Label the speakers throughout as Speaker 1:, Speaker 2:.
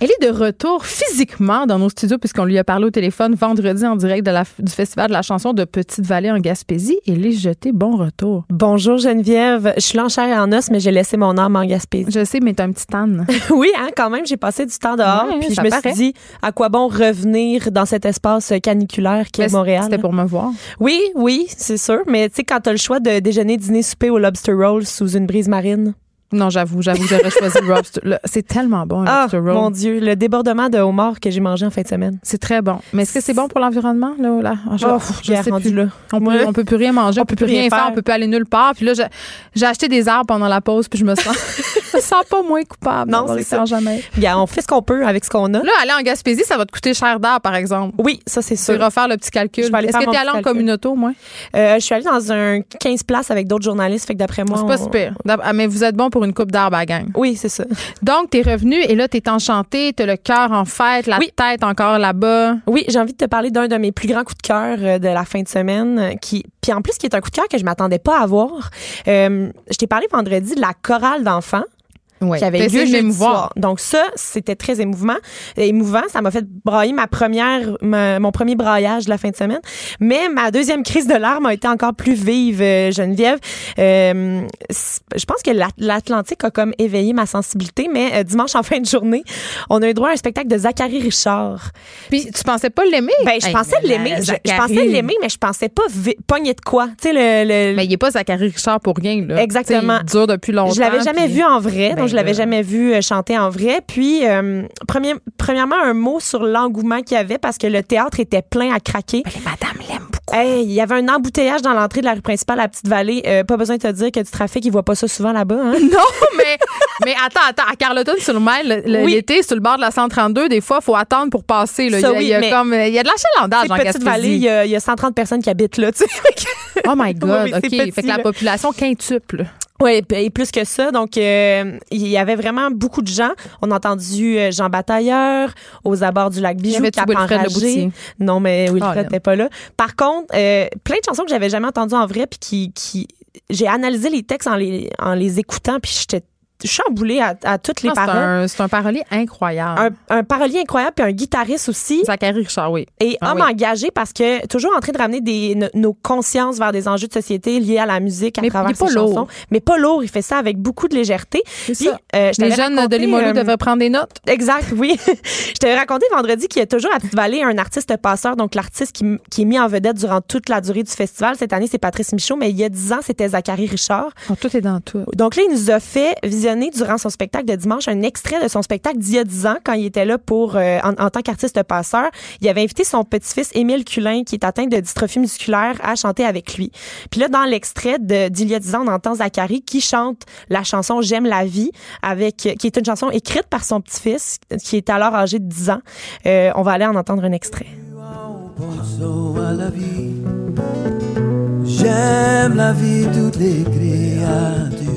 Speaker 1: Elle est de retour physiquement dans nos studios puisqu'on lui a parlé au téléphone vendredi en direct de la- du Festival de la chanson de Petite-Vallée en Gaspésie et les jeter bon retour.
Speaker 2: Bonjour Geneviève, je suis là en chair et en os, mais j'ai laissé mon âme en Gaspésie.
Speaker 1: Je sais, mais t'es un petit âne.
Speaker 2: oui, hein, quand même, j'ai passé du temps dehors,
Speaker 1: Ouais,
Speaker 2: puis
Speaker 1: ça
Speaker 2: je me
Speaker 1: paraît.
Speaker 2: suis dit, à quoi bon revenir dans cet espace caniculaire qui
Speaker 1: Mais
Speaker 2: est Montréal.
Speaker 1: C'était pour me voir.
Speaker 2: Oui, oui, c'est sûr, mais tu sais, quand t'as le choix de déjeuner, dîner, souper au Lobster Roll sous une brise marine.
Speaker 1: Non, j'avoue, j'avoue, j'aurais choisi le lobster. le- C'est tellement bon, le
Speaker 2: ah,
Speaker 1: lobster roll.
Speaker 2: mon Dieu, le débordement de homard que j'ai mangé en fin de semaine.
Speaker 1: C'est très bon. Mais est-ce que c'est bon pour l'environnement, là? là? Ah, Je,
Speaker 2: Oh,
Speaker 1: je
Speaker 2: j'ai
Speaker 1: sais
Speaker 2: rendu
Speaker 1: plus.
Speaker 2: là.
Speaker 1: On peut,
Speaker 2: Ouais.
Speaker 1: on peut plus rien manger, on, peut plus rien faire. on peut plus aller nulle part. Puis là, j'ai- j'ai acheté des arbres pendant la pause, puis je me sens, je me sens pas moins coupable.
Speaker 2: Non,
Speaker 1: d'avoir
Speaker 2: c'est
Speaker 1: les
Speaker 2: ça.
Speaker 1: sans jamais.
Speaker 2: Regarde, on fait ce qu'on peut avec ce qu'on a.
Speaker 1: Là, aller en Gaspésie, ça va te coûter cher d'art, par exemple.
Speaker 2: Oui, ça c'est
Speaker 1: Tu
Speaker 2: sûr.
Speaker 1: vas refaire le petit calcul.
Speaker 2: Je vais aller
Speaker 1: Est-ce
Speaker 2: faire
Speaker 1: que
Speaker 2: mon
Speaker 1: t'es
Speaker 2: petit
Speaker 1: allé en
Speaker 2: calcul.
Speaker 1: communauté au moins?
Speaker 2: Euh, je suis allée dans un 15 places avec d'autres journalistes, fait que d'après moi,
Speaker 1: C'est pas
Speaker 2: on-
Speaker 1: si pire. D'ab- ah, Mais vous êtes bon pour une coupe d'arbre à gang.
Speaker 2: Oui, c'est ça.
Speaker 1: Donc, t'es revenu et là, t'es enchanté, t'as le cœur en fête, la
Speaker 2: Oui.
Speaker 1: tête encore là-bas.
Speaker 2: Oui, j'ai envie de te parler d'un de mes plus grands coups de cœur euh, de la fin de semaine, euh, qui, puis en plus qui est un coup de cœur que je m'attendais pas à avoir. Euh, je t'ai parlé vendredi de la chorale d'enfants
Speaker 1: Oui.
Speaker 2: qui avait lieu jeudi soir. Donc ça, c'était très émouvant. Émouvant, ça m'a fait brailler ma première, ma- mon premier braillage de la fin de semaine. Mais ma deuxième crise de larmes a été encore plus vive, euh, Geneviève. Euh, c- je pense que l'At- l'Atlantique a comme éveillé ma sensibilité. Mais euh, dimanche en fin de journée, on a eu droit à un spectacle de Zachary Richard.
Speaker 1: Puis, tu pensais pas l'aimer?
Speaker 2: Ben, je
Speaker 1: Hey,
Speaker 2: pensais
Speaker 1: mais
Speaker 2: l'aimer.
Speaker 1: la-
Speaker 2: Je, je
Speaker 1: Zacharie.
Speaker 2: pensais l'aimer, mais je pensais pas vi- pogner de quoi. Tu sais, le. le-
Speaker 1: Mais il n'est pas Zachary Richard pour rien, là.
Speaker 2: Exactement.
Speaker 1: Tu sais, Il dure depuis longtemps.
Speaker 2: je l'avais jamais
Speaker 1: puis-
Speaker 2: vu en vrai,
Speaker 1: Ben
Speaker 2: donc je l'avais
Speaker 1: là.
Speaker 2: jamais vu euh, chanter en vrai. Puis, euh, premier- premièrement, un mot sur l'engouement qu'il y avait parce que le théâtre était plein à craquer.
Speaker 1: Les madames l'aiment beaucoup.
Speaker 2: Hey, il y avait un embouteillage dans l'entrée de la rue principale à la Petite Vallée. Euh, pas besoin de te dire que du trafic, ils voient pas ça souvent là-bas. hein.
Speaker 1: Non, mais, mais attends, attends. À Carleton, sur le mail, le-
Speaker 2: Oui.
Speaker 1: l'été, sur le bord de la 132, des fois, il faut attendre pour passer. Là.
Speaker 2: Ça,
Speaker 1: il, y a, il y a
Speaker 2: oui, mais-
Speaker 1: comme, il y a de l'achalandage en
Speaker 2: Petite
Speaker 1: Ah, Gaspésie.
Speaker 2: Vallée, il y, a, il y a 130 personnes qui habitent là. tu sais. Fait que-
Speaker 1: Oh my God,
Speaker 2: Oui, mais
Speaker 1: OK.
Speaker 2: c'est petit,
Speaker 1: fait que la
Speaker 2: là. Ah,
Speaker 1: population quintuple.
Speaker 2: Oui, et plus que ça, donc euh, il y avait vraiment beaucoup de gens. On a entendu euh, Jean Batailleur aux abords du lac Bijou,
Speaker 1: avait-tu
Speaker 2: Cap
Speaker 1: Wilfred
Speaker 2: Enragé.
Speaker 1: Leboutier?
Speaker 2: Non, mais
Speaker 1: Ah, là.
Speaker 2: Wilfred n'était pas là. Par contre, euh, plein de chansons que j'avais jamais entendues en vrai, puis qui, qui j'ai analysé les textes en les en les écoutant, puis j'étais chamboulée à, à toutes les
Speaker 1: Non, Ah, C'est
Speaker 2: paroles.
Speaker 1: un, c'est un parolier incroyable.
Speaker 2: Un, un parolier incroyable, puis un guitariste aussi.
Speaker 1: Zachary Richard, oui.
Speaker 2: Et
Speaker 1: Ah
Speaker 2: homme
Speaker 1: oui.
Speaker 2: engagé parce que toujours en train de ramener des, no- nos consciences vers des enjeux de société liés à la musique à
Speaker 1: Mais il
Speaker 2: travers
Speaker 1: est pas
Speaker 2: ses
Speaker 1: lourd.
Speaker 2: chansons. Mais pas lourd, il fait ça avec beaucoup de légèreté. Puis,
Speaker 1: ça.
Speaker 2: euh, je
Speaker 1: Les
Speaker 2: t'avais
Speaker 1: jeunes de
Speaker 2: raconté,
Speaker 1: Limolou
Speaker 2: euh,
Speaker 1: devraient prendre des notes.
Speaker 2: Exact, oui. je t'avais raconté vendredi qu'il y a toujours à Petite-Vallée un artiste passeur, donc l'artiste qui, m- qui est mis en vedette durant toute la durée du festival. Cette année, c'est Patrice Michaud, mais il y a 10 ans, c'était Zachary Richard.
Speaker 1: Oh, tout est dans tout.
Speaker 2: Donc là, il nous a fait visionner durant son spectacle de dimanche un extrait de son spectacle d'il y a 10 ans quand il était là pour euh, en, en tant qu'artiste passeur. Il avait invité son petit-fils Émile Culin qui est atteint de dystrophie musculaire à chanter avec lui. Puis là, dans l'extrait de- d'il y a 10 ans, on entend Zachary qui chante la chanson J'aime la vie avec euh, qui est une chanson écrite par son petit-fils qui est alors âgé de 10 ans. Euh, on va aller en entendre un extrait.
Speaker 3: Pensons à la vie. J'aime la vie, toutes les créatures.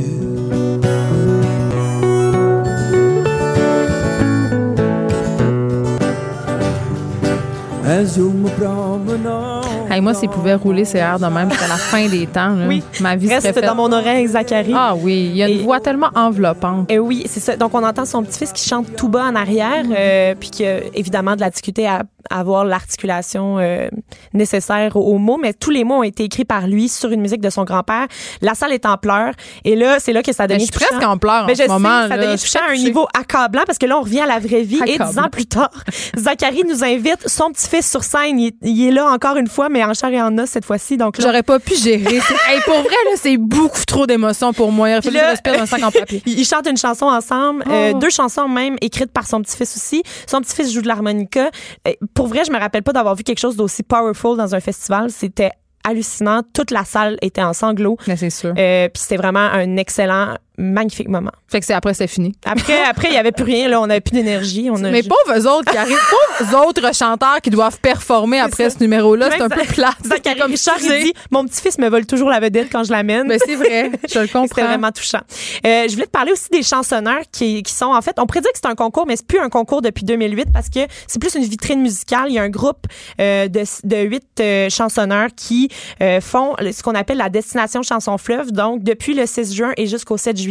Speaker 3: Elles où me promenant.
Speaker 1: Hey, Ah, moi, s'ils pouvaient rouler ces airs de même jusqu'à la fin des temps, là,
Speaker 2: Oui.
Speaker 1: ma vie serait
Speaker 2: Reste
Speaker 1: faite.
Speaker 2: dans mon oreille, Zachary.
Speaker 1: Ah oui, il y a une
Speaker 2: Et-
Speaker 1: voix tellement enveloppante.
Speaker 2: Euh, oui, c'est ça. Donc, on entend son petit-fils qui chante tout bas en arrière,
Speaker 1: Mhm.
Speaker 2: euh, puis qui a évidemment de la difficulté à, à avoir l'articulation euh, nécessaire aux, aux mots, mais tous les mots ont été écrits par lui sur une musique de son grand-père. La salle est en pleurs, et là, c'est là que ça
Speaker 1: Ben,
Speaker 2: devient
Speaker 1: je suis
Speaker 2: touchant.
Speaker 1: presque en pleurs en
Speaker 2: Mais je
Speaker 1: ce
Speaker 2: sais,
Speaker 1: moment.
Speaker 2: ça
Speaker 1: là.
Speaker 2: devient
Speaker 1: Je suis
Speaker 2: touchant à un
Speaker 1: touchée.
Speaker 2: niveau accablant parce que là, on revient à la vraie vie et dix
Speaker 1: Accablant.
Speaker 2: ans plus tard, Zachary nous invite son petit-fils sur scène. Il, est- il est là encore une fois, mais en chair et en os cette fois-ci. Donc là,
Speaker 1: J'aurais pas pu gérer. C'est- hey, pour vrai, là, c'est beaucoup trop d'émotions pour moi. Il aurait
Speaker 2: Puis
Speaker 1: fallu que je
Speaker 2: là-
Speaker 1: respire un sac en papier.
Speaker 2: Ils ils chantent une chanson ensemble, euh,
Speaker 1: Oh.
Speaker 2: deux chansons même écrites par son petit-fils aussi. Son petit-fils joue de l'harmonica. Euh, pour vrai, je me rappelle pas d'avoir vu quelque chose d'aussi powerful dans un festival. C'était hallucinant. Toute la salle était en sanglots.
Speaker 1: Mais c'est sûr.
Speaker 2: Euh, Puis c'était vraiment un excellent magnifique moment.
Speaker 1: Fait que c'est après, c'est fini.
Speaker 2: Après, après, il n'y avait plus rien, là. On n'avait plus d'énergie. On a
Speaker 1: Mais
Speaker 2: ju-
Speaker 1: pauvres autres qui arrivent, pauvres autres chanteurs qui doivent performer après ce numéro-là, c'est un peu
Speaker 2: Zach-
Speaker 1: plat.
Speaker 2: Zachary Richard, il dit Mon petit-fils me vole toujours la vedette quand je l'amène.
Speaker 1: Mais c'est vrai, je le comprends.
Speaker 2: C'était vraiment touchant. Euh, je voulais te parler aussi des chansonneurs qui, qui sont, en fait, on pourrait dire que c'est un concours, mais c'est plus un concours depuis 2008 parce que c'est plus une vitrine musicale. Il y a un groupe euh, de, de huit euh, chansonneurs qui euh, font le- ce qu'on appelle la destination chanson fleuve. Donc, depuis le 6 juin et jusqu'au 7 juillet,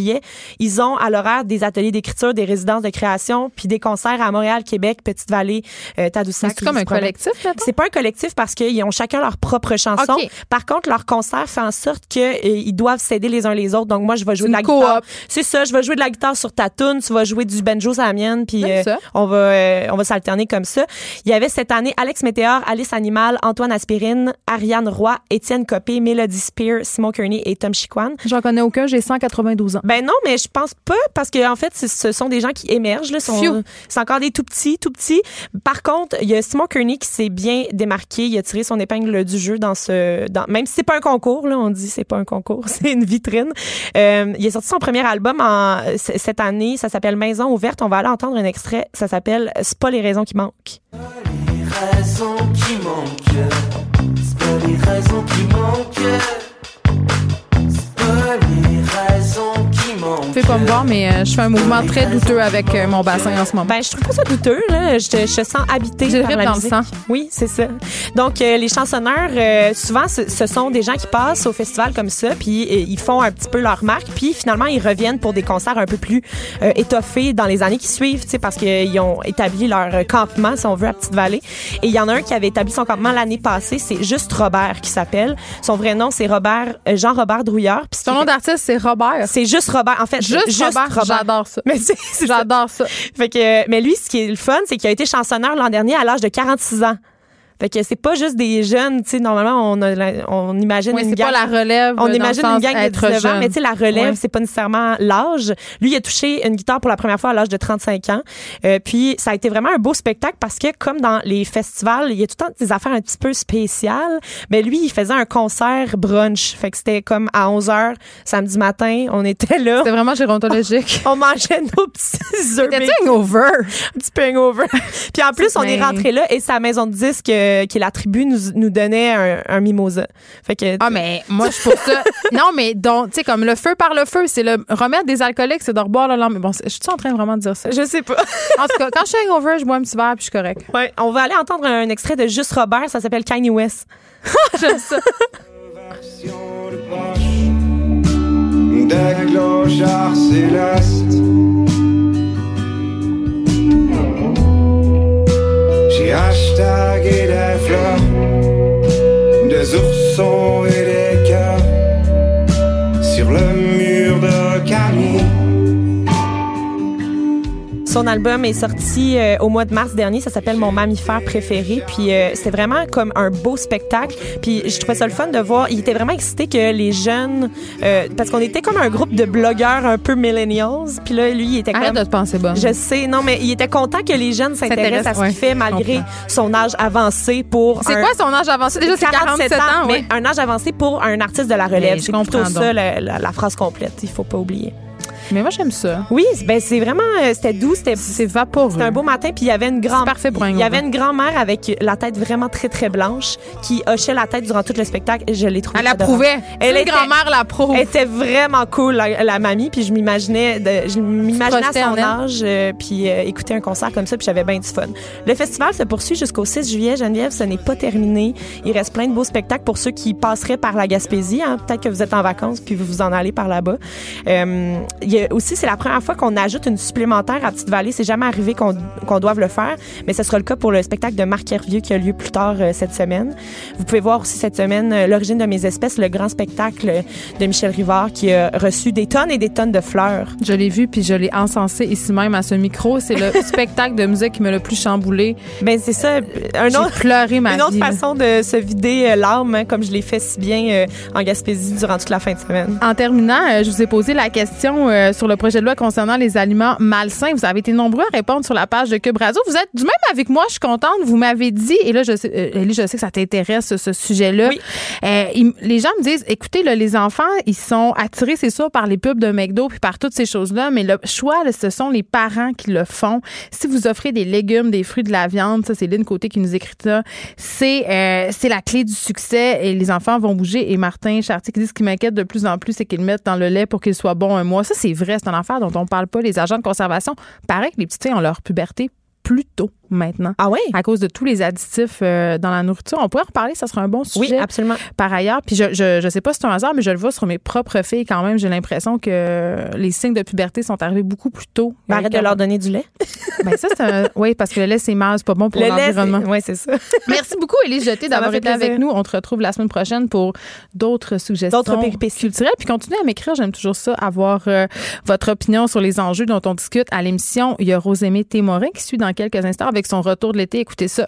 Speaker 2: ils ont à l'horaire des ateliers d'écriture, des résidences de création, puis des concerts à Montréal, Québec, Petite-Vallée, euh, Tadoussac.
Speaker 1: C'est comme un
Speaker 2: Ils se promènent.
Speaker 1: collectif, mettons?
Speaker 2: C'est pas un collectif parce qu'ils ont chacun leur propre chanson.
Speaker 1: Ok.
Speaker 2: Par contre, leur concert fait en sorte qu'ils doivent s'aider les uns les autres. Donc, moi, je vais jouer de la
Speaker 1: une coop.
Speaker 2: guitare. C'est ça, je vais jouer de la guitare sur ta tune, tu vas jouer du banjo sur la mienne, puis
Speaker 1: J'aime
Speaker 2: euh,
Speaker 1: ça.
Speaker 2: on va, euh, on va s'alterner comme ça. Il y avait cette année Alex Météor, Alice Animal, Antoine Aspirine, Ariane Roy, Étienne Copé, Mélodie Spear, Simon Kearney et Tom Chiquan.
Speaker 1: J'en connais aucun, j'ai 192 ans.
Speaker 2: Ben non, mais je pense pas parce que en fait, ce- ce sont des gens qui émergent. là. Sont-
Speaker 1: Phew.
Speaker 2: C'est encore des tout petits, tout petits. Par contre, il y a Simon Kearney qui s'est bien démarqué. Il a tiré son épingle du jeu dans ce, dans, même si c'est pas un concours là, on dit c'est pas un concours, c'est une vitrine. Euh, il a sorti son premier album en c- cette année. Ça s'appelle Maison ouverte. On va aller entendre un extrait. Ça s'appelle C'est pas les raisons qui manquent.
Speaker 3: raisons qui manquent. C'est pas les raisons qui manquent. C'est pas les raisons qui manquent.
Speaker 1: Fais pas me voir, mais euh, je fais un mouvement très douteux avec euh, mon bassin en ce moment.
Speaker 2: Ben, je trouve pas ça douteux, là. Je, te- je te sens habité
Speaker 1: J'ai le
Speaker 2: par
Speaker 1: rythme
Speaker 2: la
Speaker 1: dans le
Speaker 2: musique.
Speaker 1: sang.
Speaker 2: Oui, c'est ça. Donc, euh, les chansonneurs, euh, souvent, ce, ce sont des gens qui passent au festival comme ça, puis euh, ils font un petit peu leur marque, puis finalement, ils reviennent pour des concerts un peu plus euh, étoffés dans les années qui suivent, tu sais, parce qu'ils ont établi leur euh, campement, si on veut, à Petite-Vallée. Et il y en a un qui avait établi son campement l'année passée, c'est juste Robert qui s'appelle. Son vrai nom, c'est Robert, euh, Jean-Robert Drouillard. Puis ce
Speaker 1: Son
Speaker 2: qui
Speaker 1: nom
Speaker 2: était-
Speaker 1: d'artiste, c'est Robert.
Speaker 2: c'est juste Robert. En fait,
Speaker 1: Juste, Robert, j'adore ça.
Speaker 2: Mais c'est c'est ça.
Speaker 1: J'adore ça.
Speaker 2: Fait que, euh, mais lui, ce qui est le fun, c'est qu'il a été chansonneur l'an dernier à l'âge de 46 ans. Fait que c'est pas juste des jeunes, tu sais, normalement, on, a la- on imagine
Speaker 1: Ouais,
Speaker 2: une
Speaker 1: c'est pas
Speaker 2: gang.
Speaker 1: la relève.
Speaker 2: on
Speaker 1: euh, dans
Speaker 2: imagine
Speaker 1: le
Speaker 2: une
Speaker 1: sens
Speaker 2: gang de
Speaker 1: être
Speaker 2: 19 ans,
Speaker 1: jeune.
Speaker 2: mais tu sais, la relève,
Speaker 1: Ouais.
Speaker 2: c'est pas nécessairement l'âge. Lui, il a touché une guitare pour la première fois à l'âge de 35 ans. Euh, puis, ça a été vraiment un beau spectacle parce que, comme dans les festivals, il y a tout le temps des affaires un petit peu spéciales. Mais lui, il faisait un concert brunch. Fait que c'était comme à 11 h samedi matin. On était là.
Speaker 1: C'était vraiment gérontologique.
Speaker 2: On mangeait nos petits œufs.
Speaker 1: T'étais un over.
Speaker 2: un petit peu hangover. Puis en plus, on est
Speaker 1: Mais-
Speaker 2: rentré là et sa maison de disque, qui est la tribu, nous, nous donnait un, un mimosa. Fait que.
Speaker 1: Ah, mais moi, je suis pour ça. Non, mais donc, tu sais, comme le feu par le feu, c'est le remède des alcooliques, c'est de reboire le lendemain. Bon, c'est- je suis en train vraiment de dire ça.
Speaker 2: Je sais pas.
Speaker 1: En tout cas, quand je suis hangover, je bois un petit verre puis je suis correct.
Speaker 2: Ouais, on va aller entendre un extrait de Juste Robert, ça s'appelle Kanye West.
Speaker 1: J'aime ça.
Speaker 4: Version de poche D'un clochard céleste J'ai hashtagué des fleurs Des oursons et des cœurs Sur le mur de Camille
Speaker 2: Son album est sorti euh, au mois de mars dernier. Ça s'appelle Mon mammifère préféré. Puis euh, c'était vraiment comme un beau spectacle. Puis je trouvais ça le fun de voir. Il était vraiment excité que les jeunes, euh, parce qu'on était comme un groupe de blogueurs un peu millennials. Puis là, lui, il était
Speaker 1: Arrête
Speaker 2: comme
Speaker 1: de te penser bonne.
Speaker 2: Je sais, non, mais il était content que les jeunes s'intéressent à ce
Speaker 1: S'intéressent, ouais,
Speaker 2: qu'il fait
Speaker 1: je
Speaker 2: malgré
Speaker 1: comprends.
Speaker 2: son âge avancé pour.
Speaker 1: C'est
Speaker 2: un-
Speaker 1: quoi son âge avancé? Déjà, c'est 47 ans, ouais.
Speaker 2: mais un âge avancé pour un artiste de la
Speaker 1: Mais
Speaker 2: relève.
Speaker 1: je
Speaker 2: C'est plutôt
Speaker 1: comprends
Speaker 2: ça
Speaker 1: donc.
Speaker 2: la, la- la phrase complète. Il faut pas oublier.
Speaker 1: Mais moi, j'aime ça.
Speaker 2: Oui, c'est- ben c'est vraiment, euh, c'était doux, c'était.
Speaker 1: C'est vaporeux.
Speaker 2: C'était un beau matin, puis il y avait une grand
Speaker 1: C'est parfait pour un
Speaker 2: Il y avait
Speaker 1: hangover.
Speaker 2: une grand-mère avec la tête vraiment très très blanche qui hochait la tête durant tout le spectacle. Et je l'ai trouvée.
Speaker 1: Elle
Speaker 2: adorable.
Speaker 1: approuvait.
Speaker 2: Elle
Speaker 1: Elle est
Speaker 2: était-
Speaker 1: grand-mère l'approuve.
Speaker 2: Elle était vraiment cool, la, la mamie. Puis je m'imaginais, de- je m'imaginais à
Speaker 1: projetais en
Speaker 2: son
Speaker 1: elle.
Speaker 2: âge, euh, puis euh, écouter un concert comme ça, puis j'avais bien du fun. Le festival se poursuit jusqu'au 6 juillet. Geneviève, ce n'est pas terminé. Il reste plein de beaux spectacles pour ceux qui passeraient par la Gaspésie. hein. Peut-être que vous êtes en vacances, puis vous vous en allez par là-bas. Euh, il y a aussi, c'est la première fois qu'on ajoute une supplémentaire à Petite-Vallée. C'est jamais arrivé qu'on qu'on doive le faire, mais ce sera le cas pour le spectacle de Marc Hervieux qui a lieu plus tard euh, cette semaine. Vous pouvez voir aussi cette semaine euh, L'origine de mes espèces, le grand spectacle de Michel Rivard qui a reçu des tonnes et des tonnes de fleurs.
Speaker 1: Je l'ai vu puis je l'ai encensé ici même à ce micro. C'est le spectacle de musique qui me l'a le plus chamboulé.
Speaker 2: Ben c'est ça, un
Speaker 1: J'ai
Speaker 2: autre...
Speaker 1: pleuré ma
Speaker 2: Une autre
Speaker 1: vie. là.
Speaker 2: façon de se vider euh, l'âme, hein, comme je l'ai fait si bien euh, en Gaspésie durant toute la fin de semaine.
Speaker 1: En terminant, euh, je vous ai posé la question euh, euh, sur le projet de loi concernant les aliments malsains. Vous avez été nombreux à répondre sur la page de Cube Radio. Vous êtes du même avec moi, je suis contente. Vous m'avez dit, et là, je sais, euh, Élie, je sais que ça t'intéresse, ce- ce sujet-là.
Speaker 2: Oui.
Speaker 1: Euh, ils- les gens me disent, écoutez, là, les enfants, ils sont attirés, c'est sûr, par les pubs de McDo puis par toutes ces choses-là, mais le choix, là, ce sont les parents qui le font. Si vous offrez des légumes, des fruits, de la viande, ça, c'est Lynn Côté qui nous écrit ça, c'est euh, c'est la clé du succès et les enfants vont bouger. Et Martin Chartier qui dit ce qui m'inquiète de plus en plus, c'est qu'ils le mettent dans le lait pour qu'il soit bon un mois. Ça, c'est vrai, c'est un affaire dont on parle pas. Les agents de conservation, pareil que les petits ont leur puberté plus tôt maintenant
Speaker 2: Ah oui?
Speaker 1: à cause de tous les additifs euh, dans la nourriture. On pourrait en reparler, ça serait un bon sujet.
Speaker 2: Oui, absolument.
Speaker 1: Par ailleurs, puis je, je, je sais pas si c'est un hasard, mais je le vois sur mes propres filles quand même. J'ai l'impression que les signes de puberté sont arrivés beaucoup plus tôt.
Speaker 2: Ben, arrête de leur donner du lait.
Speaker 1: Ben, ça, c'est un- Oui, parce que le lait, c'est mal, c'est pas bon pour l'environnement.
Speaker 2: Oui, c'est ça.
Speaker 1: Merci beaucoup, Élise Jeté,
Speaker 2: Ça m'a
Speaker 1: d'avoir
Speaker 2: fait
Speaker 1: été avec
Speaker 2: plaisir.
Speaker 1: nous. On te retrouve la semaine prochaine pour d'autres suggestions
Speaker 2: D'autres péripéties.
Speaker 1: culturelles. Puis continuez à m'écrire, j'aime toujours ça, avoir euh, votre opinion sur les enjeux dont on discute à l'émission. Il y a Rosémée Témorin qui suit dans quelques instants avec son retour de l'été. Écoutez ça.